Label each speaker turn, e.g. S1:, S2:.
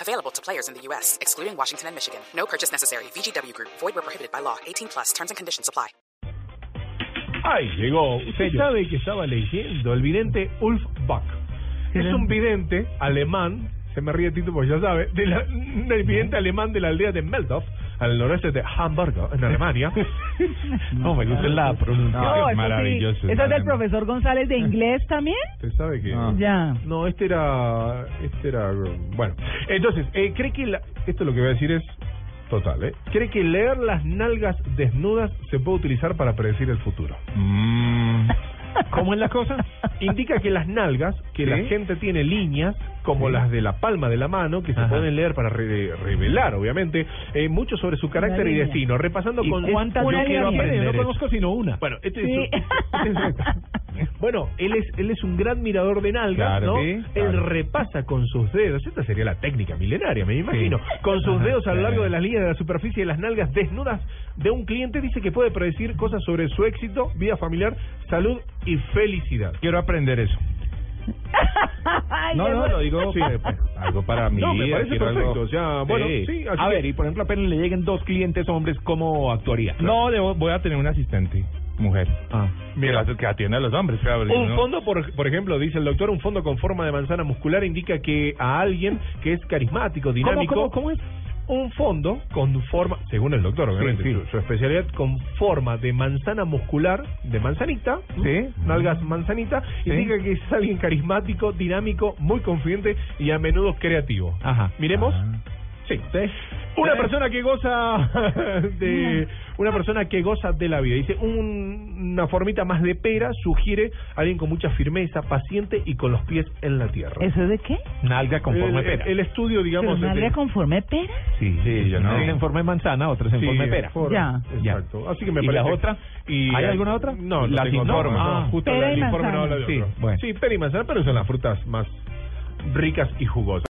S1: Available to players in the U.S., excluding Washington and Michigan. No purchase necessary. VGW Group, void were prohibited by law. 18 plus terms and conditions apply.
S2: Ay, llegó. Usted sabe que estaba leyendo el vidente Ulf Bach. Es un vidente alemán, se me ríe Tito porque ya sabe, de la- del vidente alemán de la aldea de Meldorf, al noreste de Hamburgo, en Alemania. no, me gusta la pronunciación.
S3: No,
S2: es
S3: eso sí.
S2: maravilloso.
S3: ¿Eso es del profesor González de inglés también?
S2: Usted sabe que...
S3: Ya.
S2: No, este era... Este era... Bueno, entonces, eh, ¿cree que... la- Esto lo que voy a decir es total, ¿eh? ¿Cree que leer las nalgas desnudas se puede utilizar para predecir el futuro?
S3: Mm.
S2: ¿Cómo es la cosa? Indica que las nalgas, que la gente tiene líneas, como las de la palma de la mano, que se pueden leer para re- revelar, obviamente, eh, mucho sobre su carácter y
S3: línea.
S2: destino, repasando con...
S3: cuántas
S2: Yo
S3: líneas?
S2: quiero aprender
S3: Yo no
S2: esto.
S3: conozco
S2: sino una. Bueno, este es
S3: Sí.
S2: su- Bueno, él es, él es un gran mirador de nalgas,
S4: Claro,
S2: ¿no?
S4: sí,
S2: Él
S4: claro.
S2: repasa con sus dedos, esta sería la técnica milenaria, me imagino, con sus
S4: Ajá,
S2: dedos a lo largo
S4: claro.
S2: de las líneas de la superficie de las nalgas desnudas de un cliente, dice que puede predecir cosas sobre su éxito, vida familiar, salud y felicidad.
S4: Quiero aprender eso.
S3: Ay,
S4: No,
S3: qué
S4: no,
S3: bueno.
S4: lo digo
S2: Sí.
S4: para- pues, algo para mi
S2: No, me
S4: vida.
S2: parece
S4: quiero algo-
S2: perfecto, o sea, bueno, sí, así
S4: a
S2: que-
S4: ver, y por ejemplo, apenas le lleguen dos clientes hombres, ¿cómo actuaría?
S2: Claro.
S4: No, debo- voy a tener un asistente, mujer.
S2: Ah,
S4: Mira, que atiende a los hombres. claro,
S2: Un
S4: ¿no?
S2: fondo, por, por ejemplo, dice el doctor, un fondo con forma de manzana muscular indica que a alguien que es carismático, dinámico...
S4: cómo, cómo es?
S2: Un fondo con forma, según el doctor, obviamente,
S4: sí.
S2: Su, su especialidad, con forma de manzana muscular, de manzanita,
S4: Sí.
S2: nalgas manzanita,
S4: Sí.
S2: indica que es alguien carismático, dinámico, muy confidente y a menudo creativo.
S4: Ajá.
S2: Miremos.
S4: Ah.
S2: Sí. Una
S4: Sí.
S2: persona que goza de una persona que goza de la vida. Dice un- una formita más de pera sugiere a alguien con mucha firmeza, paciente y con los pies en la tierra.
S3: ¿Eso es de qué?
S4: Nalga con forma
S2: el,
S4: de pera.
S2: el estudio, digamos,
S3: ¿Pero
S2: es de-
S3: nalga conforme pera?
S4: sí, sí, yo no. Una eh, en forma de manzana, otra en
S2: sí,
S4: forma de pera.
S2: for-
S3: Ya.
S2: Exacto. Así que me
S4: ¿Y
S2: parece.
S4: la otra?
S2: Y-
S4: ¿Hay alguna otra?
S2: No, no
S4: Las
S2: tengo
S4: informa.
S2: forma, no,
S4: Ah.
S2: justo
S3: Pera
S2: el
S3: y
S2: informe no
S3: manzana.
S2: habla de
S4: Sí,
S2: otro.
S4: bueno.
S2: Sí, pera y manzana, pero son las frutas más ricas y jugosas.